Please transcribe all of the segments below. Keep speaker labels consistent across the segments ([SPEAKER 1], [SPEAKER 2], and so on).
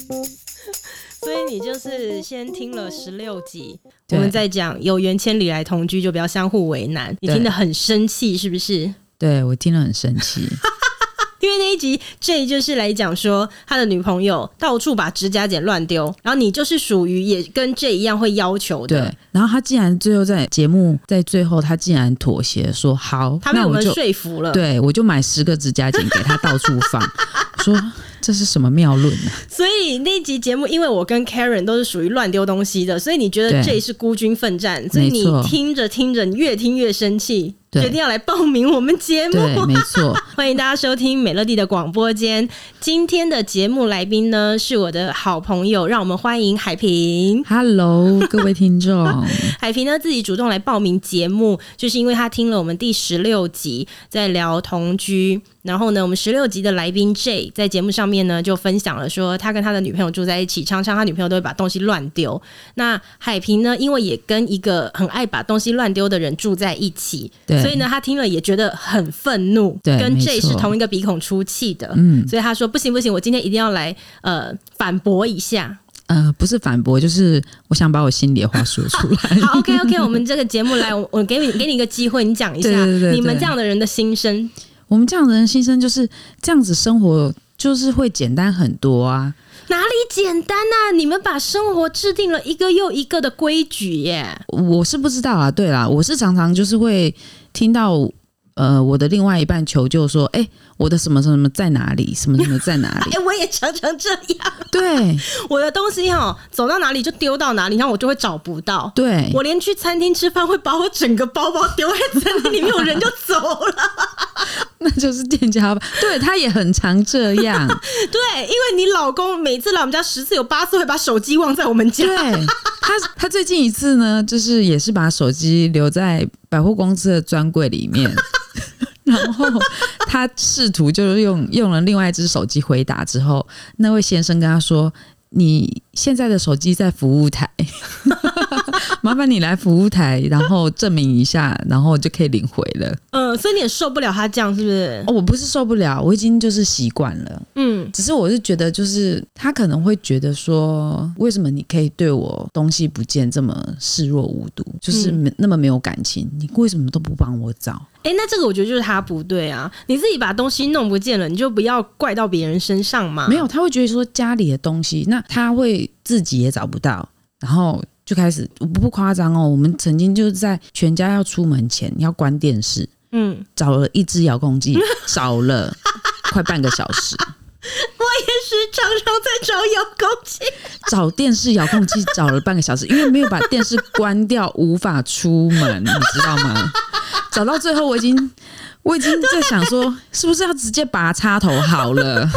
[SPEAKER 1] 所以你就是先听了十六集，我
[SPEAKER 2] 对
[SPEAKER 1] 们在讲有缘千里来同居，就不要相互为难。你
[SPEAKER 2] 对
[SPEAKER 1] 听得很生气，是不是？
[SPEAKER 2] 对我听了很生 气。
[SPEAKER 1] 因为那一集 J 就是来讲说他的女朋友到处把指甲剪乱丢，然后你就是属于也跟 J 一样会要求的，
[SPEAKER 2] 对，然后他竟然最后在节目在最后，他竟然妥协说好，
[SPEAKER 1] 他被
[SPEAKER 2] 那
[SPEAKER 1] 我
[SPEAKER 2] 我
[SPEAKER 1] 们
[SPEAKER 2] 就
[SPEAKER 1] 说服了。
[SPEAKER 2] 对我就买十个指甲剪给他到处放， 说这是什么妙论啊呢、
[SPEAKER 1] 所以那一集节目，因为我跟 Karen 都是属于乱丢东西的，所以你觉得
[SPEAKER 2] 对
[SPEAKER 1] J 是孤军奋战，所以你
[SPEAKER 2] 没错
[SPEAKER 1] 听着听着，你越听越生气，
[SPEAKER 2] 对
[SPEAKER 1] 决定要来报名我们节目。
[SPEAKER 2] 对，没错，
[SPEAKER 1] 欢迎大家收听美乐蒂的广播间。今天的节目来宾呢是我的好朋友，让我们欢迎海平。
[SPEAKER 2] Hello，各位听众，
[SPEAKER 1] 海平呢自己主动来报名节目，就是因为他听了我们第十六集在聊同居，然后呢，我们十六集的来宾 J 在节目上面呢就分享了说，他跟他的女朋友住在一起，常常他女朋友都会把东西乱丢。那海平呢，因为也跟一个很爱把东西乱丢的人住在一起，
[SPEAKER 2] 对
[SPEAKER 1] 所以呢，他听了也觉得很愤怒，
[SPEAKER 2] 对
[SPEAKER 1] 跟
[SPEAKER 2] 没
[SPEAKER 1] J
[SPEAKER 2] 错
[SPEAKER 1] 是同一个鼻孔出气的。
[SPEAKER 2] 嗯
[SPEAKER 1] 所以他说不行不行，我今天一定要来呃反驳一下。
[SPEAKER 2] 呃，不是反驳，就是我想把我心里的话说出来。
[SPEAKER 1] 好，OK OK，我们这个节目来，我我给你给你一个机会，你讲一下
[SPEAKER 2] 对对对对
[SPEAKER 1] 你们这样的人的心声。
[SPEAKER 2] 我们这样的人心声就是这样子，生活就是会简单很多啊。
[SPEAKER 1] 哪里简单呐、你们把生活制定了一个又一个的规矩耶。
[SPEAKER 2] 我是不知道啊，对啦，我是常常就是会听到呃我的另外一半求救说，哎、我的什么什么在哪里，什么什么在哪
[SPEAKER 1] 哎
[SPEAKER 2] 里？、
[SPEAKER 1] 我也常常这样，
[SPEAKER 2] 对
[SPEAKER 1] 我的东西哈，走到哪里就丢到哪里，然后我就会找不到。
[SPEAKER 2] 对
[SPEAKER 1] 我连去餐厅吃饭，会把我整个包包丢在餐厅里面，我人就走了。
[SPEAKER 2] 那就是店家吧。对他也很常这样，
[SPEAKER 1] 对，因为你老公每次来我们家十次有八次会把手机忘在我们家
[SPEAKER 2] 对。他他最近一次呢，就是也是把手机留在百货公司的专柜里面。 然后他试图就是用用了另外一只手机回答之后，那位先生跟他说：“你现在的手机在服务台， 麻烦你来服务台，然后证明一下，然后就可以领回了。
[SPEAKER 1] 嗯，所以你也受不了他这样，是不是？
[SPEAKER 2] 哦”我不是受不了，我已经就是习惯了。
[SPEAKER 1] 嗯，
[SPEAKER 2] 只是我是觉得，就是他可能会觉得说，为什么你可以对我东西不见这么视若无睹，就是
[SPEAKER 1] 嗯
[SPEAKER 2] 没那么没有感情，你为什么都不帮我找？
[SPEAKER 1] 哎、那这个我觉得就是他不对啊！你自己把东西弄不见了，你就不要怪到别人身上嘛。
[SPEAKER 2] 没有，他会觉得说家里的东西，那他会自己也找不到，然后。就开始我不不夸张哦，我们曾经就是在全家要出门前要关电视，
[SPEAKER 1] 嗯，
[SPEAKER 2] 找了一只遥控器，找了快半个小时，
[SPEAKER 1] 但是常常在找遥控器。
[SPEAKER 2] 找电视遥控器找了半个小时，因为没有把电视关掉，无法出门，你知道吗？找到最后，我已经我已经在想说，是不是要直接拔插头好了？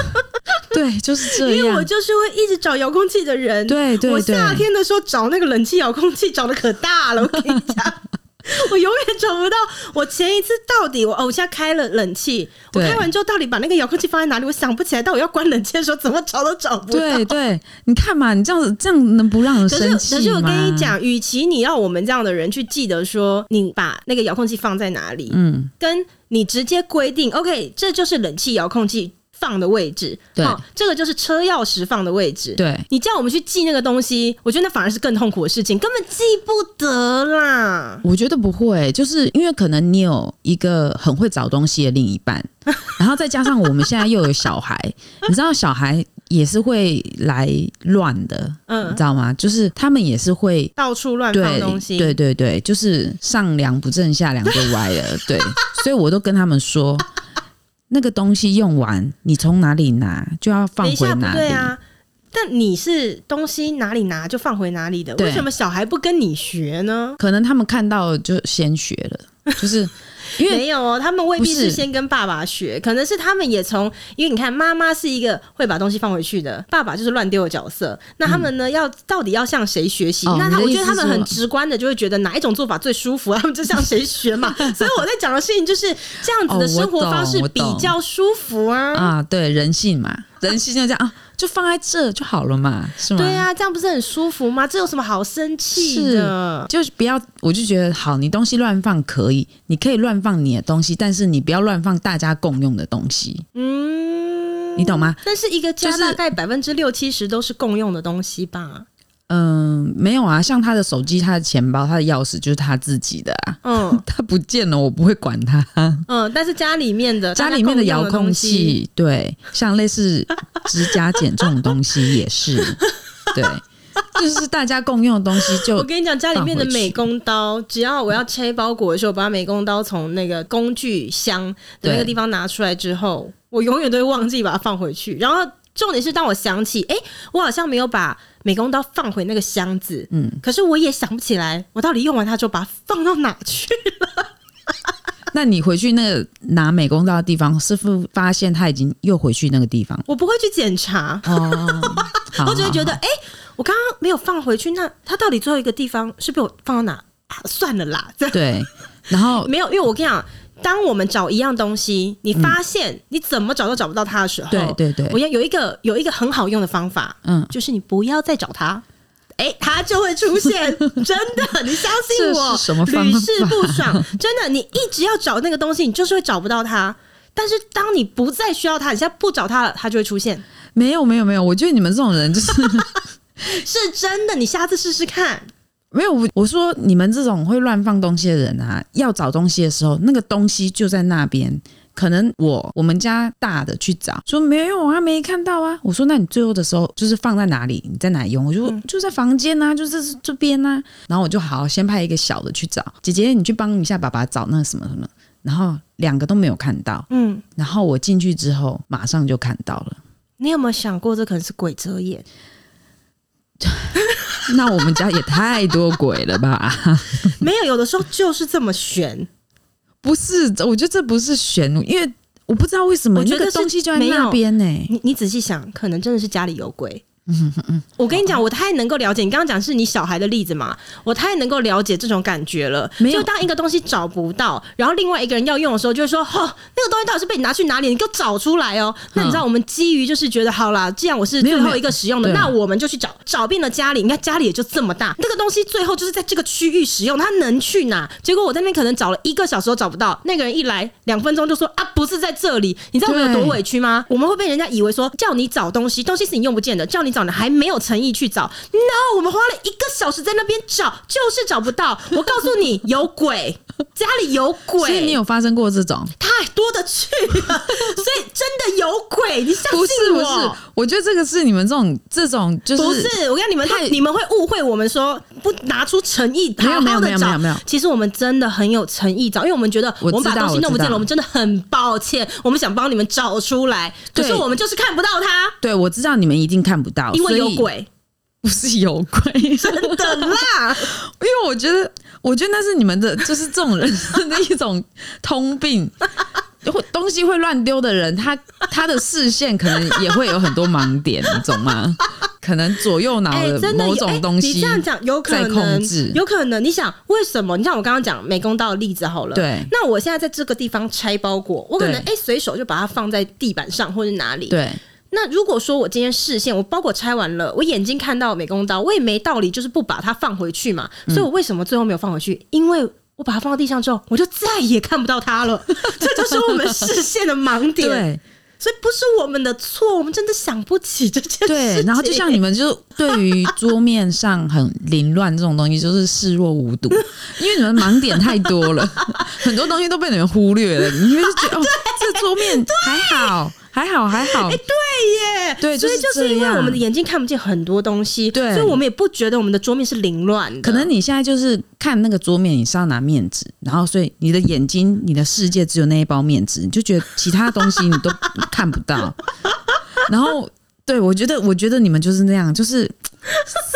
[SPEAKER 2] 对，就是这
[SPEAKER 1] 因为我
[SPEAKER 2] 样。
[SPEAKER 1] 就是会一直找遥控器的人。
[SPEAKER 2] 对对
[SPEAKER 1] 我夏
[SPEAKER 2] 对，
[SPEAKER 1] 天的时候找那个冷气遥控器找的可大了，我跟你 讲。我永远找不到。我前一次到底我哦，我现在开了冷气，我
[SPEAKER 2] 对
[SPEAKER 1] 开完之后到底把那个遥控器放在哪里？我想不起来，到底要关冷气的时候怎么找都找不到。
[SPEAKER 2] 对对，你看嘛，你这样子这样能不让人
[SPEAKER 1] 可是
[SPEAKER 2] 生气吗？
[SPEAKER 1] 可是我跟你，讲，与其你要我们这样的人去记得说你把那个遥控器放在哪里，
[SPEAKER 2] 嗯，
[SPEAKER 1] 跟你直接规定，OK，这就是冷气遥控器放的位置，
[SPEAKER 2] 对
[SPEAKER 1] 好这个就是车钥匙放的位置。
[SPEAKER 2] 对，
[SPEAKER 1] 你叫我们去记那个东西，我觉得那反而是更痛苦的事情，根本记不得啦。
[SPEAKER 2] 我觉得不会，就是因为可能你有一个很会找东西的另一 半，然后再加上我们现在又有小孩，你知道小孩也是会来乱的，你
[SPEAKER 1] 嗯
[SPEAKER 2] 知，道吗？就是他们也是会。
[SPEAKER 1] 到处乱放
[SPEAKER 2] 对
[SPEAKER 1] 东西，
[SPEAKER 2] 对对对，就是上梁不正下梁就歪了， 对，所以我都跟他们说，那个东西用完，你从哪里拿就要放
[SPEAKER 1] 等一
[SPEAKER 2] 回
[SPEAKER 1] 下不
[SPEAKER 2] 哪里。
[SPEAKER 1] 对啊。但你是东西哪里拿就放回哪里的，
[SPEAKER 2] 对
[SPEAKER 1] 为什么小孩不跟你学呢？
[SPEAKER 2] 可能他们看到就先学了，就是因为
[SPEAKER 1] 没有哦，他们未必
[SPEAKER 2] 不
[SPEAKER 1] 是
[SPEAKER 2] 是
[SPEAKER 1] 先跟爸爸学，可能是他们也从，因为你看妈妈是一个会把东西放回去的，爸爸就是乱丢的角色。那他们呢，要到底要向谁学习？
[SPEAKER 2] 哦
[SPEAKER 1] 那
[SPEAKER 2] 你
[SPEAKER 1] 他
[SPEAKER 2] 的
[SPEAKER 1] 我
[SPEAKER 2] 意
[SPEAKER 1] 觉得
[SPEAKER 2] 思
[SPEAKER 1] 他们
[SPEAKER 2] 是
[SPEAKER 1] 很
[SPEAKER 2] 说
[SPEAKER 1] 直观的就会觉得哪一种做法最舒服， 他们就向谁学嘛。所以我在讲的事情就是这样子的
[SPEAKER 2] 哦
[SPEAKER 1] 生活
[SPEAKER 2] 我懂
[SPEAKER 1] 方式
[SPEAKER 2] 我
[SPEAKER 1] 比
[SPEAKER 2] 懂
[SPEAKER 1] 较舒服啊。
[SPEAKER 2] 啊，对人性嘛，人性就这样啊，就放在这就好了嘛，是吗？
[SPEAKER 1] 对，啊，这样不是很舒服吗？这有什么好生气的？
[SPEAKER 2] 就是不要，我就觉得好，你东西乱放可以，你可以乱放你的东西，但是你不要乱放大家共用的东西，
[SPEAKER 1] 嗯，
[SPEAKER 2] 你懂吗？
[SPEAKER 1] 但是一个家
[SPEAKER 2] 就是
[SPEAKER 1] 大概百分之六七十都是共用的东西吧？
[SPEAKER 2] 嗯，没有啊，像他的手机、他的钱包、他的钥匙就是他自己的 啊，
[SPEAKER 1] 嗯
[SPEAKER 2] 他不见了我不会管他。
[SPEAKER 1] 嗯，但是家里面的
[SPEAKER 2] 家里面
[SPEAKER 1] 的
[SPEAKER 2] 遥控
[SPEAKER 1] 东西，
[SPEAKER 2] 器，对，像类似指甲剪这种东西也是，对，就是大家共用的东西
[SPEAKER 1] 我
[SPEAKER 2] 就
[SPEAKER 1] 跟你讲，家里面的
[SPEAKER 2] 放回去
[SPEAKER 1] 美工刀，只要我要切包裹的时候，把美工刀从那个工具箱的那个
[SPEAKER 2] 对
[SPEAKER 1] 地方拿出来之后，我永远都会忘记把它放回去。然后重点是，当我想起，哎、我好像没有把美工刀放回那个箱子，嗯
[SPEAKER 2] 嗯，
[SPEAKER 1] 可是我也想不起来，我到底用完它之后把它放到哪去？
[SPEAKER 2] 那你回去那个拿美工刀的地方，师傅发现他已经又回去那个地方了
[SPEAKER 1] 我不会去检查，
[SPEAKER 2] 哦， 好
[SPEAKER 1] 我只会觉得，
[SPEAKER 2] 好
[SPEAKER 1] 哎、我刚刚没有放回去，那它到底最后一个地方是被我放到哪？啊、算了啦，这样。
[SPEAKER 2] 好对，然后
[SPEAKER 1] 没有，因为我跟你讲，当我们找一样东西，你发现你怎么找都找不到它的时候，
[SPEAKER 2] 嗯对对
[SPEAKER 1] 我
[SPEAKER 2] 对，
[SPEAKER 1] 要有一个有一个很好用的方法，
[SPEAKER 2] 嗯，
[SPEAKER 1] 就是你不要再找它。哎、它就会出 现，真的，你相信
[SPEAKER 2] 这
[SPEAKER 1] 我，
[SPEAKER 2] 是什么方
[SPEAKER 1] 屡试
[SPEAKER 2] 法
[SPEAKER 1] 不爽，真的，你一直要找那个东西，你就是会找不到它。但是当你不再需要它，你现在不找它了，它就会出现，
[SPEAKER 2] 没有没有没有，我觉得你们这种人就是
[SPEAKER 1] 是真的。你下次试试看，
[SPEAKER 2] 没有，我我说你们这种会乱放东西的人啊，要找东西的时候，那个东西就在那边。可能我我们家大的去找，说没有啊，没看到啊。我说那你最后的时候就是放在哪里？你在哪里用？我就、就在房间啊，就是这这边啊。然后我就好先派一个小的去找，姐姐你去帮一下爸爸找那什么什么。然后两个都没有看到，
[SPEAKER 1] 嗯，
[SPEAKER 2] 然后我进去之后马上就看到了。
[SPEAKER 1] 你有没有想过这可能是鬼遮眼？
[SPEAKER 2] 那我们家也太多鬼了吧？
[SPEAKER 1] 没有，有的时候就是这么悬。
[SPEAKER 2] 不是，我觉得这不是玄武，因为我不知道为什么
[SPEAKER 1] 我觉
[SPEAKER 2] 那
[SPEAKER 1] 得
[SPEAKER 2] 个
[SPEAKER 1] 是
[SPEAKER 2] 东西就在那边呢、
[SPEAKER 1] 你你仔细想，可能真的是家里有鬼。
[SPEAKER 2] 嗯
[SPEAKER 1] 我跟你讲，我太能够了解你刚刚讲是你小孩的例子嘛，我太能够了解这种感觉了。
[SPEAKER 2] 没有
[SPEAKER 1] 就当一个东西找不到，然后另外一个人要用的时候，就会说：“哦，那个东西到底是被你拿去哪里？你给我找出来哦。”那你知道，我们基于就是觉得好啦，既然我是
[SPEAKER 2] 嗯没有
[SPEAKER 1] 最
[SPEAKER 2] 没有
[SPEAKER 1] 后一个使用的，
[SPEAKER 2] 对
[SPEAKER 1] 那
[SPEAKER 2] 啊
[SPEAKER 1] 我们就去找，找遍了家里，你看家里也就这么大，那个东西最后就是在这个区域使用，它能去哪？结果我在那边可能找了一个小时都找不到，那个人一来两分钟就说：“啊，不是在这里。”你知道我们有多
[SPEAKER 2] 对
[SPEAKER 1] 委委屈吗？我们会被人家以为说叫你找东西，东西是你用不见的，叫你找你还没有诚意去找。No，我们花了一个小时在那边找，就是找不到。我告诉你，有鬼，家里有鬼，
[SPEAKER 2] 所以你有发生过这种？
[SPEAKER 1] 太多的去了，所以真的有鬼，你相信
[SPEAKER 2] 不是不
[SPEAKER 1] 我
[SPEAKER 2] 是。，我觉得这个是你们这种这种就是
[SPEAKER 1] 不是，我跟你们
[SPEAKER 2] 太
[SPEAKER 1] 你们会误会我们说不拿出诚意，
[SPEAKER 2] 没有
[SPEAKER 1] 好好
[SPEAKER 2] 没
[SPEAKER 1] 的
[SPEAKER 2] 有没有
[SPEAKER 1] 找
[SPEAKER 2] 没有没有。
[SPEAKER 1] 其实我们真的很有诚意找，因为我们觉得
[SPEAKER 2] 我知道
[SPEAKER 1] 们把东西弄不见
[SPEAKER 2] 我知
[SPEAKER 1] 了，
[SPEAKER 2] 道
[SPEAKER 1] 我们真的很抱歉，我们想帮你们找出来，可是
[SPEAKER 2] 对
[SPEAKER 1] 我们就是看不到它。
[SPEAKER 2] 对，我知道你们一定看不到，
[SPEAKER 1] 因为有
[SPEAKER 2] 哦所以，
[SPEAKER 1] 鬼，
[SPEAKER 2] 不是有鬼，因
[SPEAKER 1] 的 啦，
[SPEAKER 2] 为我觉得，我觉得那是你们的，就是这种人的一种通病。会东西会乱丢的人，他他的视线可能也会有很多盲点，你懂吗？可能左右脑
[SPEAKER 1] 哎、真的有
[SPEAKER 2] 某种东
[SPEAKER 1] 哎你
[SPEAKER 2] 西
[SPEAKER 1] 这样讲有可
[SPEAKER 2] 在控
[SPEAKER 1] 能
[SPEAKER 2] 制，
[SPEAKER 1] 有可能。你想为什么？你像我刚刚讲美工刀的例子好了，。
[SPEAKER 2] 对
[SPEAKER 1] 那我现在在这个地方拆包裹，我可能哎
[SPEAKER 2] 对
[SPEAKER 1] 随、手就把它放在地板上或者哪里。
[SPEAKER 2] 对，
[SPEAKER 1] 那如果说我今天视线，我包裹拆完了，我眼睛看到美工刀，我也没道理就是不把它放回去嘛。
[SPEAKER 2] 嗯
[SPEAKER 1] 所以我为什么最后没有放回去？因为我把它放到地上之后，我就再也看不到它了。 这就是我们视线的盲点。
[SPEAKER 2] 对，
[SPEAKER 1] 所以不是我们的错，我们真的想不起这件事情。
[SPEAKER 2] 对，然后就像你们 就是对于桌面上很凌乱这种东西，就是视若无睹，因为你们盲点太多了，很多东西都被你们忽略了，你们就觉得哦，这桌面还好，还好，还好，
[SPEAKER 1] 哎耶，
[SPEAKER 2] 对
[SPEAKER 1] 所以
[SPEAKER 2] 就是
[SPEAKER 1] 就是因
[SPEAKER 2] 这
[SPEAKER 1] 为
[SPEAKER 2] 样
[SPEAKER 1] 我们的眼睛看不见很多东西，
[SPEAKER 2] 对
[SPEAKER 1] 所以我们也不觉得我们的桌面是凌乱的。
[SPEAKER 2] 可能你现在就是看那个桌面，你是要拿面纸，然后所以你的眼睛、你的世界只有那一包面纸，你就觉得其他东西你都看不到。 然后，对我觉得，我觉得你们就是那样，就是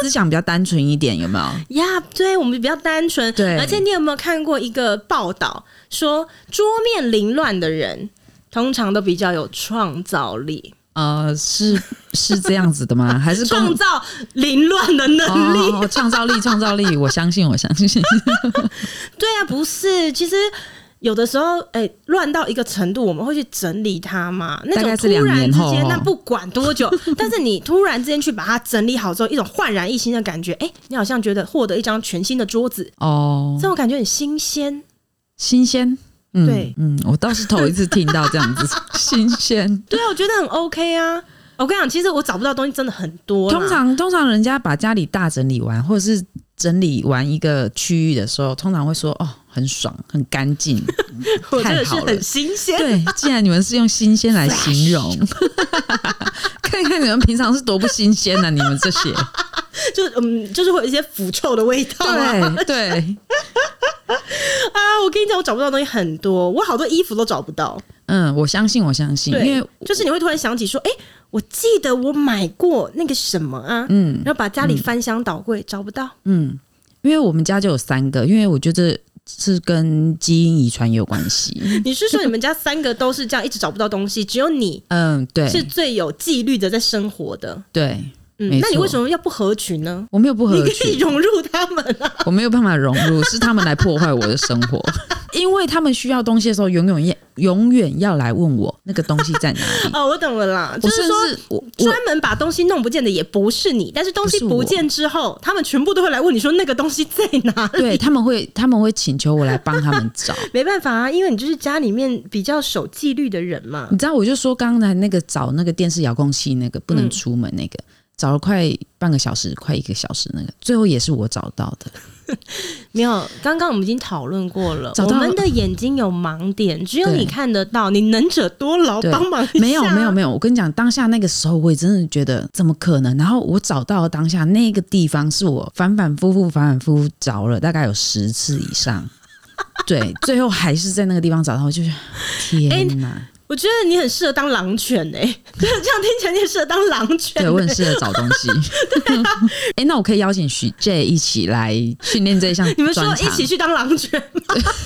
[SPEAKER 2] 思想比较单纯一点，有没有？
[SPEAKER 1] 呀对我们比较单纯。
[SPEAKER 2] 对
[SPEAKER 1] 而且你有没有看过一个报道说，桌面凌乱的人通常都比较有创造力，
[SPEAKER 2] 呃，是是这样子 的吗？还是
[SPEAKER 1] 创
[SPEAKER 2] 公
[SPEAKER 1] 造凌乱的能力？
[SPEAKER 2] 哦，创造力，创造力，我相信，我相信。
[SPEAKER 1] 对啊，不是，其实。有的时候，哎、乱到一个程度，我们会去整理它嘛？那
[SPEAKER 2] 大
[SPEAKER 1] 种
[SPEAKER 2] 概
[SPEAKER 1] 突
[SPEAKER 2] 是两
[SPEAKER 1] 然
[SPEAKER 2] 年
[SPEAKER 1] 之
[SPEAKER 2] 后
[SPEAKER 1] 间，
[SPEAKER 2] 哦
[SPEAKER 1] 那不管多久，但是你突然之间去把它整理好之后，一种焕然一新的感觉。哎、你好像觉得获得一张全新的桌子，
[SPEAKER 2] 哦
[SPEAKER 1] 这，种感觉很新鲜。
[SPEAKER 2] 新鲜，嗯
[SPEAKER 1] 对
[SPEAKER 2] 嗯，我倒是头一次听到这样子， 新鲜。
[SPEAKER 1] 对啊，我觉得很 OK 啊。我跟你讲，其实我找不到东西真的很多啦，
[SPEAKER 2] 通常通常人家把家里大整理完，或者是整理完一个区域的时候，通常会说哦，很爽，很干净，
[SPEAKER 1] 我真的
[SPEAKER 2] 太
[SPEAKER 1] 是
[SPEAKER 2] 好了
[SPEAKER 1] 很。新鲜。
[SPEAKER 2] 对，既然你们是用新鲜来形容， 看看你们平常是多不新鲜啊呐、你们 这些，
[SPEAKER 1] 就嗯，就是会有一些腐臭的味道啊
[SPEAKER 2] 对对，
[SPEAKER 1] 啊！我跟你讲，我找不到的东西很多，我好多衣服都找不到。
[SPEAKER 2] 嗯，我相信，我相信，
[SPEAKER 1] 对
[SPEAKER 2] 因为
[SPEAKER 1] 就是你会突然想起说，哎、我记得我买过那个什么啊，
[SPEAKER 2] 嗯
[SPEAKER 1] 然后把家里翻箱倒柜、找不到。
[SPEAKER 2] 嗯，因为我们家就有三个，因为我觉得是跟基因遗传有关系。
[SPEAKER 1] 你是说你们家三个都是这样一直找不到东西，只有你
[SPEAKER 2] 嗯，对，
[SPEAKER 1] 是最有纪律的在生活的？
[SPEAKER 2] 对，
[SPEAKER 1] 嗯
[SPEAKER 2] 没，
[SPEAKER 1] 那你
[SPEAKER 2] 错
[SPEAKER 1] 为什么要不合群呢？
[SPEAKER 2] 我没有不
[SPEAKER 1] 你
[SPEAKER 2] 合
[SPEAKER 1] 可以
[SPEAKER 2] 群，
[SPEAKER 1] 融入他们啊！
[SPEAKER 2] 我没有办法融入，是他们来破坏我的生活。 因为他们需要东西的时候，永远要永远要来问我那个东西在哪 里。
[SPEAKER 1] 哦，我懂了啦，就
[SPEAKER 2] 我
[SPEAKER 1] 是
[SPEAKER 2] 甚
[SPEAKER 1] 说。
[SPEAKER 2] 至我我
[SPEAKER 1] 专门把东西弄不见的也不是你，但是东西
[SPEAKER 2] 不是我
[SPEAKER 1] 不见之后，他们全部都会来问你说那个东西在哪里。
[SPEAKER 2] 对他们会他们会请求我来帮他们找。
[SPEAKER 1] 没办法啊，因为你就是家里面比较守纪律的人嘛。
[SPEAKER 2] 你知道，我就说刚才那个找那个电视遥控器那个不
[SPEAKER 1] 嗯
[SPEAKER 2] 能出门那个，找了快半个小时，快一个小时那个，最后也是我找到的。
[SPEAKER 1] 没有，刚刚我们已经讨论过了，
[SPEAKER 2] 找
[SPEAKER 1] 我
[SPEAKER 2] 到
[SPEAKER 1] 们的眼睛有盲点，只有
[SPEAKER 2] 对
[SPEAKER 1] 你看得到，你能者多劳，
[SPEAKER 2] 对
[SPEAKER 1] 帮忙一下。
[SPEAKER 2] 没有没有没有，我跟你讲，当下那个时候我也真的觉得怎么可能？然后我找到当下那个地方，是我反反复复、反反复复找了大概有十次以 上，对，最后还是在那个地方找到，我就是天哪！
[SPEAKER 1] 我觉得你很适合当狼犬哎、 欸，这样听起来你很适合当狼犬、
[SPEAKER 2] 对我很适合找东 西。哎、那我可以邀请许 J 一起来训练这一项
[SPEAKER 1] 你们说
[SPEAKER 2] 专
[SPEAKER 1] 一
[SPEAKER 2] 长。
[SPEAKER 1] 起去当狼犬，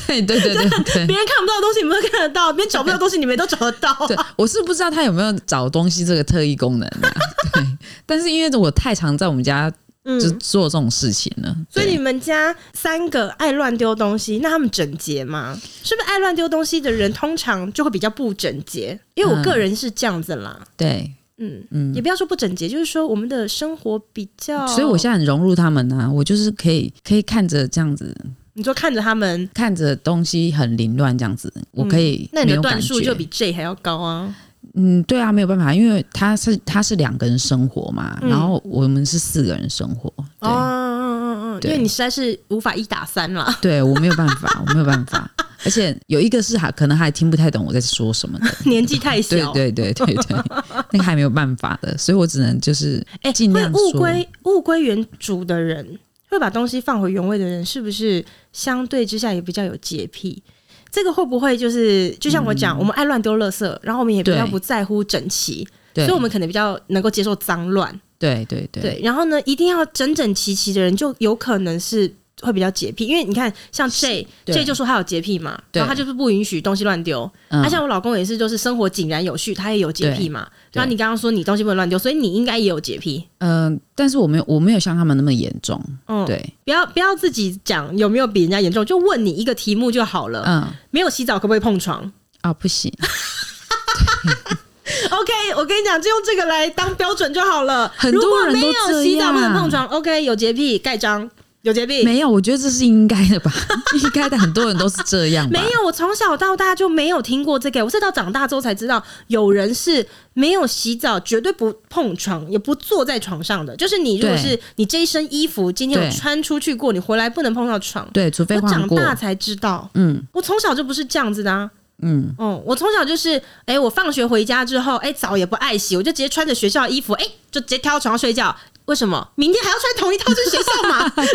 [SPEAKER 2] 对对对对对
[SPEAKER 1] 别。人看不到的东西你们都看得到，别人找不到的东西你们也都找得到、
[SPEAKER 2] 对，我是不知道他有没有找东西这个特异功能 啊。对，但是因为我太常在我们家
[SPEAKER 1] 嗯
[SPEAKER 2] 就做这种事情了，
[SPEAKER 1] 所以
[SPEAKER 2] 对
[SPEAKER 1] 你们家三个爱乱丢东西，那他们整洁吗？是不是爱乱丢东西的人通常就会比较不整洁？因为我
[SPEAKER 2] 嗯
[SPEAKER 1] 个人是这样子啦，
[SPEAKER 2] 对，
[SPEAKER 1] 嗯，
[SPEAKER 2] 嗯
[SPEAKER 1] 也，不要说不整洁，就是说我们的生活比较……
[SPEAKER 2] 所以我现在很融入他们啊，我就是可以可以看着这样子，
[SPEAKER 1] 你就看着他们，
[SPEAKER 2] 看着东西很凌乱这样子，我可以
[SPEAKER 1] 嗯那
[SPEAKER 2] 没
[SPEAKER 1] 你的
[SPEAKER 2] 有
[SPEAKER 1] 段
[SPEAKER 2] 感
[SPEAKER 1] 数
[SPEAKER 2] 觉
[SPEAKER 1] 就比 J 还要高啊。
[SPEAKER 2] 嗯，对啊，没有办法，因为他是他是两个人生活嘛，
[SPEAKER 1] 嗯
[SPEAKER 2] 然后我们是四个人生活，
[SPEAKER 1] 哦，
[SPEAKER 2] 对、
[SPEAKER 1] 嗯嗯嗯，因
[SPEAKER 2] 对
[SPEAKER 1] 为你实在是无法一打三啦。
[SPEAKER 2] 对，我没有办法， 我没有办法，而且有一个是还可能还听不太懂我在说什 么的，
[SPEAKER 1] 年纪太小
[SPEAKER 2] 对，对对对 对，那个还没有办法的，所以我只能就是
[SPEAKER 1] 哎、
[SPEAKER 2] 尽
[SPEAKER 1] 会
[SPEAKER 2] 量
[SPEAKER 1] 物
[SPEAKER 2] 说
[SPEAKER 1] 归物归原主的人，会把东西放回原位的人，是不是相对之下也比较有洁癖？这个会不会就是就像我讲，我们爱乱丢垃圾，然后我们也比较
[SPEAKER 2] 嗯对
[SPEAKER 1] 不在乎整齐，
[SPEAKER 2] 对，
[SPEAKER 1] 所以我们可能比较能够接受脏乱。
[SPEAKER 2] 对对对
[SPEAKER 1] 对，然后呢，一定要整整齐齐的人，就有可能是会比较洁癖，因为你看，像 J
[SPEAKER 2] 对
[SPEAKER 1] J 就说他有洁癖嘛，
[SPEAKER 2] 对
[SPEAKER 1] 然后他就是不允许东西乱丢。
[SPEAKER 2] 嗯
[SPEAKER 1] 啊，像我老公也是，就是生活井然有序，他也有洁癖嘛。
[SPEAKER 2] 对
[SPEAKER 1] 然后你刚刚说你东西不能乱丢，所以你应该也有洁癖。
[SPEAKER 2] 嗯、但是我没有我没有像他们那么严重，
[SPEAKER 1] 嗯，
[SPEAKER 2] 对，
[SPEAKER 1] 不要不要自己讲有没有比人家严重，就问你一个题目就好了。
[SPEAKER 2] 嗯。
[SPEAKER 1] 没有洗澡可不可以碰床
[SPEAKER 2] 啊，不行，
[SPEAKER 1] ？OK，我跟你讲，就用这个来当标准就好了。
[SPEAKER 2] 很多
[SPEAKER 1] 如果
[SPEAKER 2] 人都
[SPEAKER 1] 没有洗澡
[SPEAKER 2] 这样
[SPEAKER 1] 不能碰床，OK，有洁癖盖章，有洁癖。
[SPEAKER 2] 没有，我觉得这是应该的吧， 应该的，很多人都是这样吧
[SPEAKER 1] 没。有，我从小到大就没有听过这个，我是到长大之后才知道，有人是没有洗澡，绝对不碰床，也不坐在床上的。就是你如果
[SPEAKER 2] 对
[SPEAKER 1] 是你这一身衣服今天有
[SPEAKER 2] 对
[SPEAKER 1] 穿出去过，你回来不能碰到床。
[SPEAKER 2] 对，除非
[SPEAKER 1] 我
[SPEAKER 2] 换
[SPEAKER 1] 长
[SPEAKER 2] 过。
[SPEAKER 1] 大才知道，
[SPEAKER 2] 嗯
[SPEAKER 1] 我从小就不是这样子的啊。
[SPEAKER 2] 嗯，
[SPEAKER 1] 嗯，我从小就是，哎、我放学回家之后，哎、澡也不爱洗，我就直接穿着学校的衣服，哎、就直接跳到床上睡觉。为什么？明天还要穿同一套去学校嘛？ 对啊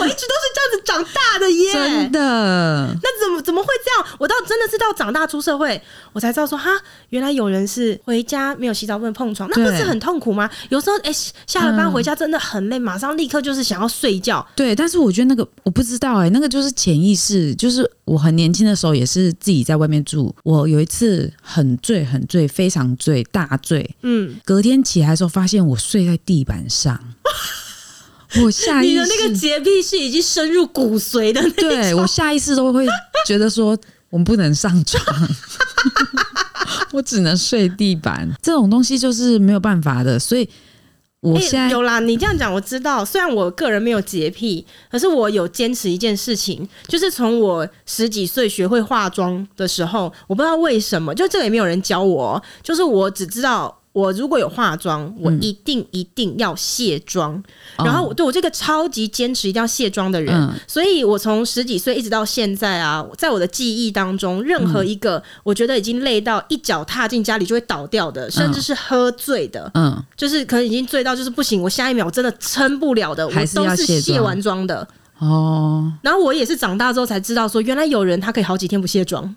[SPEAKER 1] 我一直都是这样子长大的耶。
[SPEAKER 2] 真的，
[SPEAKER 1] 那怎么怎么会这样？我到真的是到长大出社会，我才知道说哈，原来有人是回家没有洗澡不能碰床，那
[SPEAKER 2] 对
[SPEAKER 1] 不是很痛苦吗？有时候哎、下了班
[SPEAKER 2] 嗯
[SPEAKER 1] 回家真的很累，马上立刻就是想要睡觉。
[SPEAKER 2] 对。但是我觉得那个我不知道哎、那个就是潜意识，就是我很年轻的时候也是自己在外面住。我有一次很醉，很醉，非常醉，大醉。
[SPEAKER 1] 嗯，
[SPEAKER 2] 隔天起来的时候，发现我睡在地板 上。我下意
[SPEAKER 1] 你
[SPEAKER 2] 识
[SPEAKER 1] 的那个洁癖是已经深入骨髓的那种
[SPEAKER 2] 对我下意识都会觉得说，我们不能上床， 我只能睡地板。这种东西就是没有办法的，所以我
[SPEAKER 1] 哎
[SPEAKER 2] 现在
[SPEAKER 1] 有啦，你这样讲我知道。虽然我个人没有洁癖，可是我有坚持一件事情，就是从我十几岁学会化妆的时候，我不知道为什么，就这个也没有人教我哦，就是我只知道。我如果有化妆，我
[SPEAKER 2] 嗯
[SPEAKER 1] 一定一定要卸妆。然后我对我这个超级坚持一定要卸妆的人，
[SPEAKER 2] 哦嗯
[SPEAKER 1] 所以我从十几岁一直到现在啊，在我的记忆当中，任
[SPEAKER 2] 嗯
[SPEAKER 1] 何一个我觉得已经累到一脚踏进家里就会倒掉的，甚至是喝醉的，
[SPEAKER 2] 嗯，
[SPEAKER 1] 就是可能已经醉到就是不行，我下一秒我真的撑不了的，我
[SPEAKER 2] 还是
[SPEAKER 1] 都
[SPEAKER 2] 要
[SPEAKER 1] 是
[SPEAKER 2] 卸妆
[SPEAKER 1] 卸完妆的。
[SPEAKER 2] 哦，
[SPEAKER 1] 然后我也是长大之后才知道说，原来有人他可以好几天不卸 妆。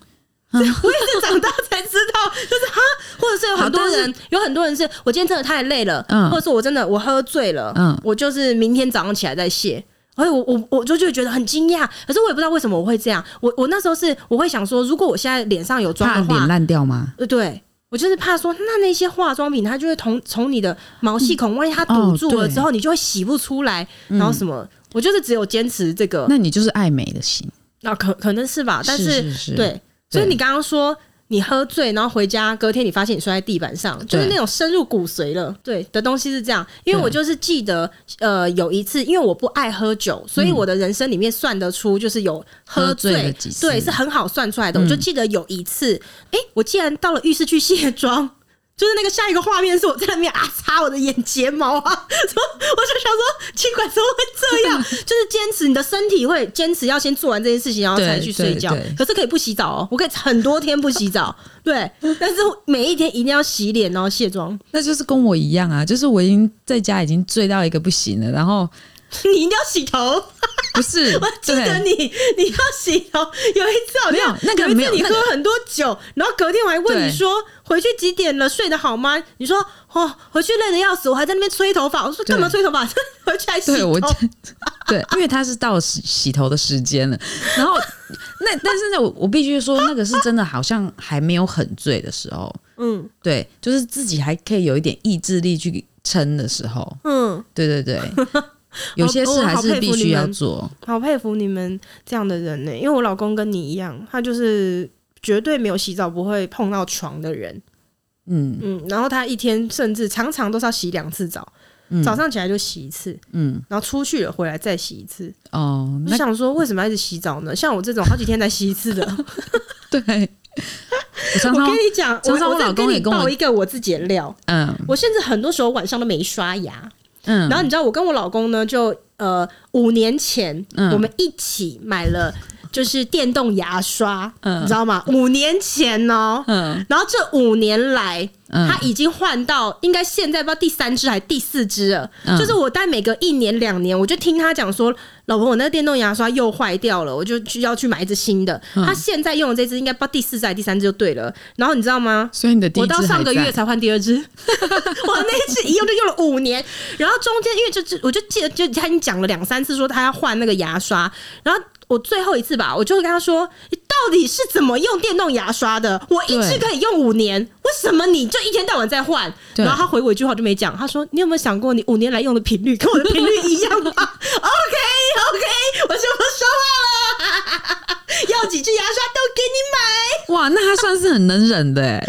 [SPEAKER 1] 我也是长大才知道，就是哈，或者是有很多人，有很多人是我今天真的太累了，
[SPEAKER 2] 嗯
[SPEAKER 1] 或者是我真的我喝醉了，
[SPEAKER 2] 嗯
[SPEAKER 1] 我就是明天早上起来再卸。而且我我我就就会觉得很惊讶，可是我也不知道为什么我会这样。我我那时候是我会想说，如果我现在脸上有妆
[SPEAKER 2] 怕
[SPEAKER 1] 的话
[SPEAKER 2] 脸，烂掉吗？
[SPEAKER 1] 呃，对我就是怕说，那那些化妆品它就会从从你的毛细孔，万一它堵住
[SPEAKER 2] 哦
[SPEAKER 1] 了
[SPEAKER 2] 对嗯
[SPEAKER 1] 之后，你就会洗不出来，然后什么，我就是只有坚持这个，
[SPEAKER 2] 那你就是爱美的型，
[SPEAKER 1] 那可可能是呃吧，但
[SPEAKER 2] 是
[SPEAKER 1] 是
[SPEAKER 2] 是是
[SPEAKER 1] 对，所以你刚刚说。你喝醉，然后回家，隔天你发现你摔在地板上，就是
[SPEAKER 2] 对
[SPEAKER 1] 那种深入骨髓了。对的东西是这样，因为
[SPEAKER 2] 对
[SPEAKER 1] 我就是记得，呃，有一次，因为我不爱喝酒，所以我的人生里面算得出，就是有喝
[SPEAKER 2] 嗯喝醉
[SPEAKER 1] 醉，
[SPEAKER 2] 了几次
[SPEAKER 1] 对，是很好算出来的。我就记得有一次，诶，我竟然到了浴室去卸妆，就是那个下一个画面是我在那边啊擦我的眼睫毛啊， 说我就想说奇怪怎么会这 样？就是坚持你的身体会坚持要先做完这件事情，然后才去睡觉
[SPEAKER 2] 对对对。
[SPEAKER 1] 可是可以不洗澡哦，我可以很多天不洗 澡，对，但是每一天一定要洗脸，然后卸妆，
[SPEAKER 2] 那就是跟我一样啊，就是我已经在家已经醉到一个不行了，然后
[SPEAKER 1] 你一定要洗头。
[SPEAKER 2] 不是
[SPEAKER 1] 我记得
[SPEAKER 2] 对
[SPEAKER 1] 你你要洗头，有一次好
[SPEAKER 2] 没有
[SPEAKER 1] 像
[SPEAKER 2] 那个
[SPEAKER 1] 有一
[SPEAKER 2] 没
[SPEAKER 1] 次
[SPEAKER 2] 有
[SPEAKER 1] 你
[SPEAKER 2] 那
[SPEAKER 1] 喝
[SPEAKER 2] 个
[SPEAKER 1] 很多酒，然后隔天我还问你
[SPEAKER 2] 对
[SPEAKER 1] 说回去几点了，睡得好吗？你说哦，回去累得要死，我还在那边吹头发。我说
[SPEAKER 2] 对
[SPEAKER 1] 干嘛吹头发？ 回去还洗
[SPEAKER 2] 对
[SPEAKER 1] 头
[SPEAKER 2] 我。对，因为他是到洗洗头的时间了，然后那但是呢，我我必须说，那个是真的好像还没有很醉的时候，
[SPEAKER 1] 嗯
[SPEAKER 2] 对，就是自己还可以有一点意志力去撑的时候，
[SPEAKER 1] 嗯，
[SPEAKER 2] 对 对对，有些事还是必须要做，
[SPEAKER 1] 好佩服你们这样的人欸呢、因为我老公跟你一样，他就是绝对没有洗澡不会碰到床的人。
[SPEAKER 2] 嗯
[SPEAKER 1] 嗯，然后他一天甚至常常都是要洗两次澡，
[SPEAKER 2] 嗯
[SPEAKER 1] 早上起来就洗一次，
[SPEAKER 2] 嗯，
[SPEAKER 1] 然后出去了回来再洗一次。
[SPEAKER 2] 哦，
[SPEAKER 1] 我就
[SPEAKER 2] 那
[SPEAKER 1] 想说，为什么要一直洗澡呢？像我这种好几天才洗一次 的，
[SPEAKER 2] 对， 我常
[SPEAKER 1] 我
[SPEAKER 2] 常
[SPEAKER 1] 跟你讲，我
[SPEAKER 2] 常常我
[SPEAKER 1] 再
[SPEAKER 2] 老公也
[SPEAKER 1] 你
[SPEAKER 2] 跟我
[SPEAKER 1] 爆一个我自己的料，
[SPEAKER 2] 嗯
[SPEAKER 1] 我甚至很多时候晚上都没刷牙。
[SPEAKER 2] 嗯，
[SPEAKER 1] 然后你知道，我跟我老公呢，就呃五年前、
[SPEAKER 2] 嗯
[SPEAKER 1] 我们一起买了就是电动牙刷，
[SPEAKER 2] 嗯
[SPEAKER 1] 你知道吗？五年前哦、
[SPEAKER 2] 嗯
[SPEAKER 1] 然后这五年来，
[SPEAKER 2] 嗯
[SPEAKER 1] 他已经换到应该现在不知道第三支还是第四支了。
[SPEAKER 2] 嗯
[SPEAKER 1] 就是我大概每隔一年两年，我就听他讲说，老婆，我那电动牙刷又坏掉了，我就去要去买一支新的。
[SPEAKER 2] 嗯
[SPEAKER 1] 他现在用的这支应该不知道第四支还是第三支就对了。然后你知道吗？
[SPEAKER 2] 所以你的第一
[SPEAKER 1] 我
[SPEAKER 2] 只
[SPEAKER 1] 到上个
[SPEAKER 2] 还在
[SPEAKER 1] 月才换第二支， 我那一支一用就用了五年，然后中间因为这支我就记得就他已经讲了两三次说他要换那个牙刷，然后我最后一次吧，我就跟他说你到底是怎么用电动牙刷的？我一支
[SPEAKER 2] 对
[SPEAKER 1] 可以用五年，为什么你就一天到晚在换？
[SPEAKER 2] 对
[SPEAKER 1] 然后他回我一句话我就没讲，他说你有没有想过你五年来用的频率跟我的频率一样吗 ？OK OK，我就不说话了， 要几支牙刷都给你买。
[SPEAKER 2] 哇，那他算是很能忍的 哎，